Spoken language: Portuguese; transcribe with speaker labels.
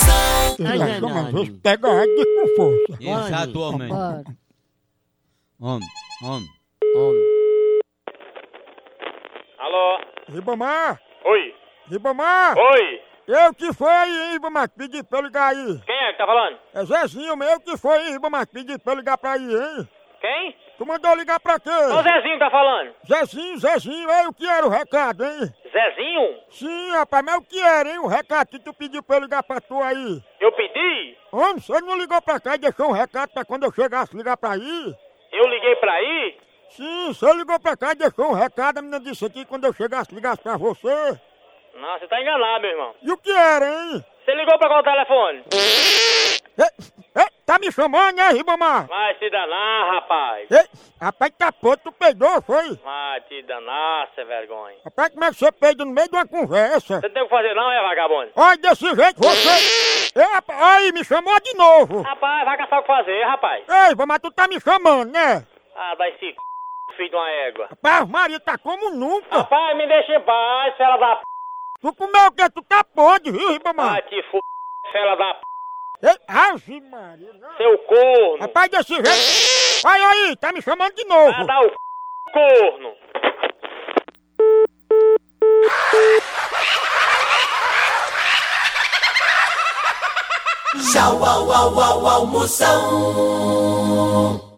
Speaker 1: tá chamando. Às vezes
Speaker 2: Ai, danado.
Speaker 1: pega a água com força.
Speaker 3: Exato, homem.
Speaker 2: Bora.
Speaker 3: Homem, homem, homem.
Speaker 4: Alô?
Speaker 1: Ribamar!
Speaker 4: Oi?
Speaker 1: Ribamar!
Speaker 4: Oi?
Speaker 1: Eu que foi, hein, Ribamar, que pedi pra eu ligar aí.
Speaker 4: Quem é que tá falando?
Speaker 1: É Zezinho meu que foi, hein, Ribamar, que pedi pra eu ligar pra aí, hein.
Speaker 4: Quem?
Speaker 1: Tu mandou ligar pra
Speaker 4: É o
Speaker 1: quê?
Speaker 4: Zezinho que tá falando.
Speaker 1: Zezinho, Zezinho, aí o que era o recado, hein?
Speaker 4: Zezinho?
Speaker 1: Sim, rapaz, mas o que era, hein, o recado que tu pediu pra eu ligar pra tu aí?
Speaker 4: Eu pedi?
Speaker 1: Homem, você não ligou pra cá e deixou um recado pra quando eu chegasse ligar pra aí?
Speaker 4: Eu liguei pra aí?
Speaker 1: Sim, você ligou pra cá e deixou um recado, a menina disse aqui quando eu chegasse ligasse pra você.
Speaker 4: Não, você tá enganado, meu irmão.
Speaker 1: E o que era, hein?
Speaker 4: Você ligou pra qual telefone?
Speaker 1: Ei, ei, tá me chamando, né, Ribamar?
Speaker 4: Vai se danar, rapaz.
Speaker 1: Ei, rapaz, tá podre, tu peidou, foi?
Speaker 4: Vai te danar, cê vergonha.
Speaker 1: Rapaz, como é que você peida no meio de uma conversa?
Speaker 4: Você não tem o que fazer não, é vagabundo?
Speaker 1: Olha, desse jeito você... Ei, rapaz, aí, me chamou de novo.
Speaker 4: Rapaz, vai caçar o que fazer, rapaz.
Speaker 1: Ei, mas tu tá me chamando, né?
Speaker 4: Ah, vai se c... filho de uma égua.
Speaker 1: Rapaz, Maria tá como nunca.
Speaker 4: Rapaz, me deixa em paz, fela da p...
Speaker 1: Tu comeu o quê? Tu tá podre, viu,
Speaker 4: Vai
Speaker 1: Ribamar?
Speaker 4: te f... fela da p...
Speaker 1: Ei, ave Maria, não.
Speaker 4: seu corno.
Speaker 1: Rapaz, desse jeito... Olha aí, tá me chamando de novo.
Speaker 4: Vai dar o c... corno.
Speaker 5: Tchau, au, au, au, almoção.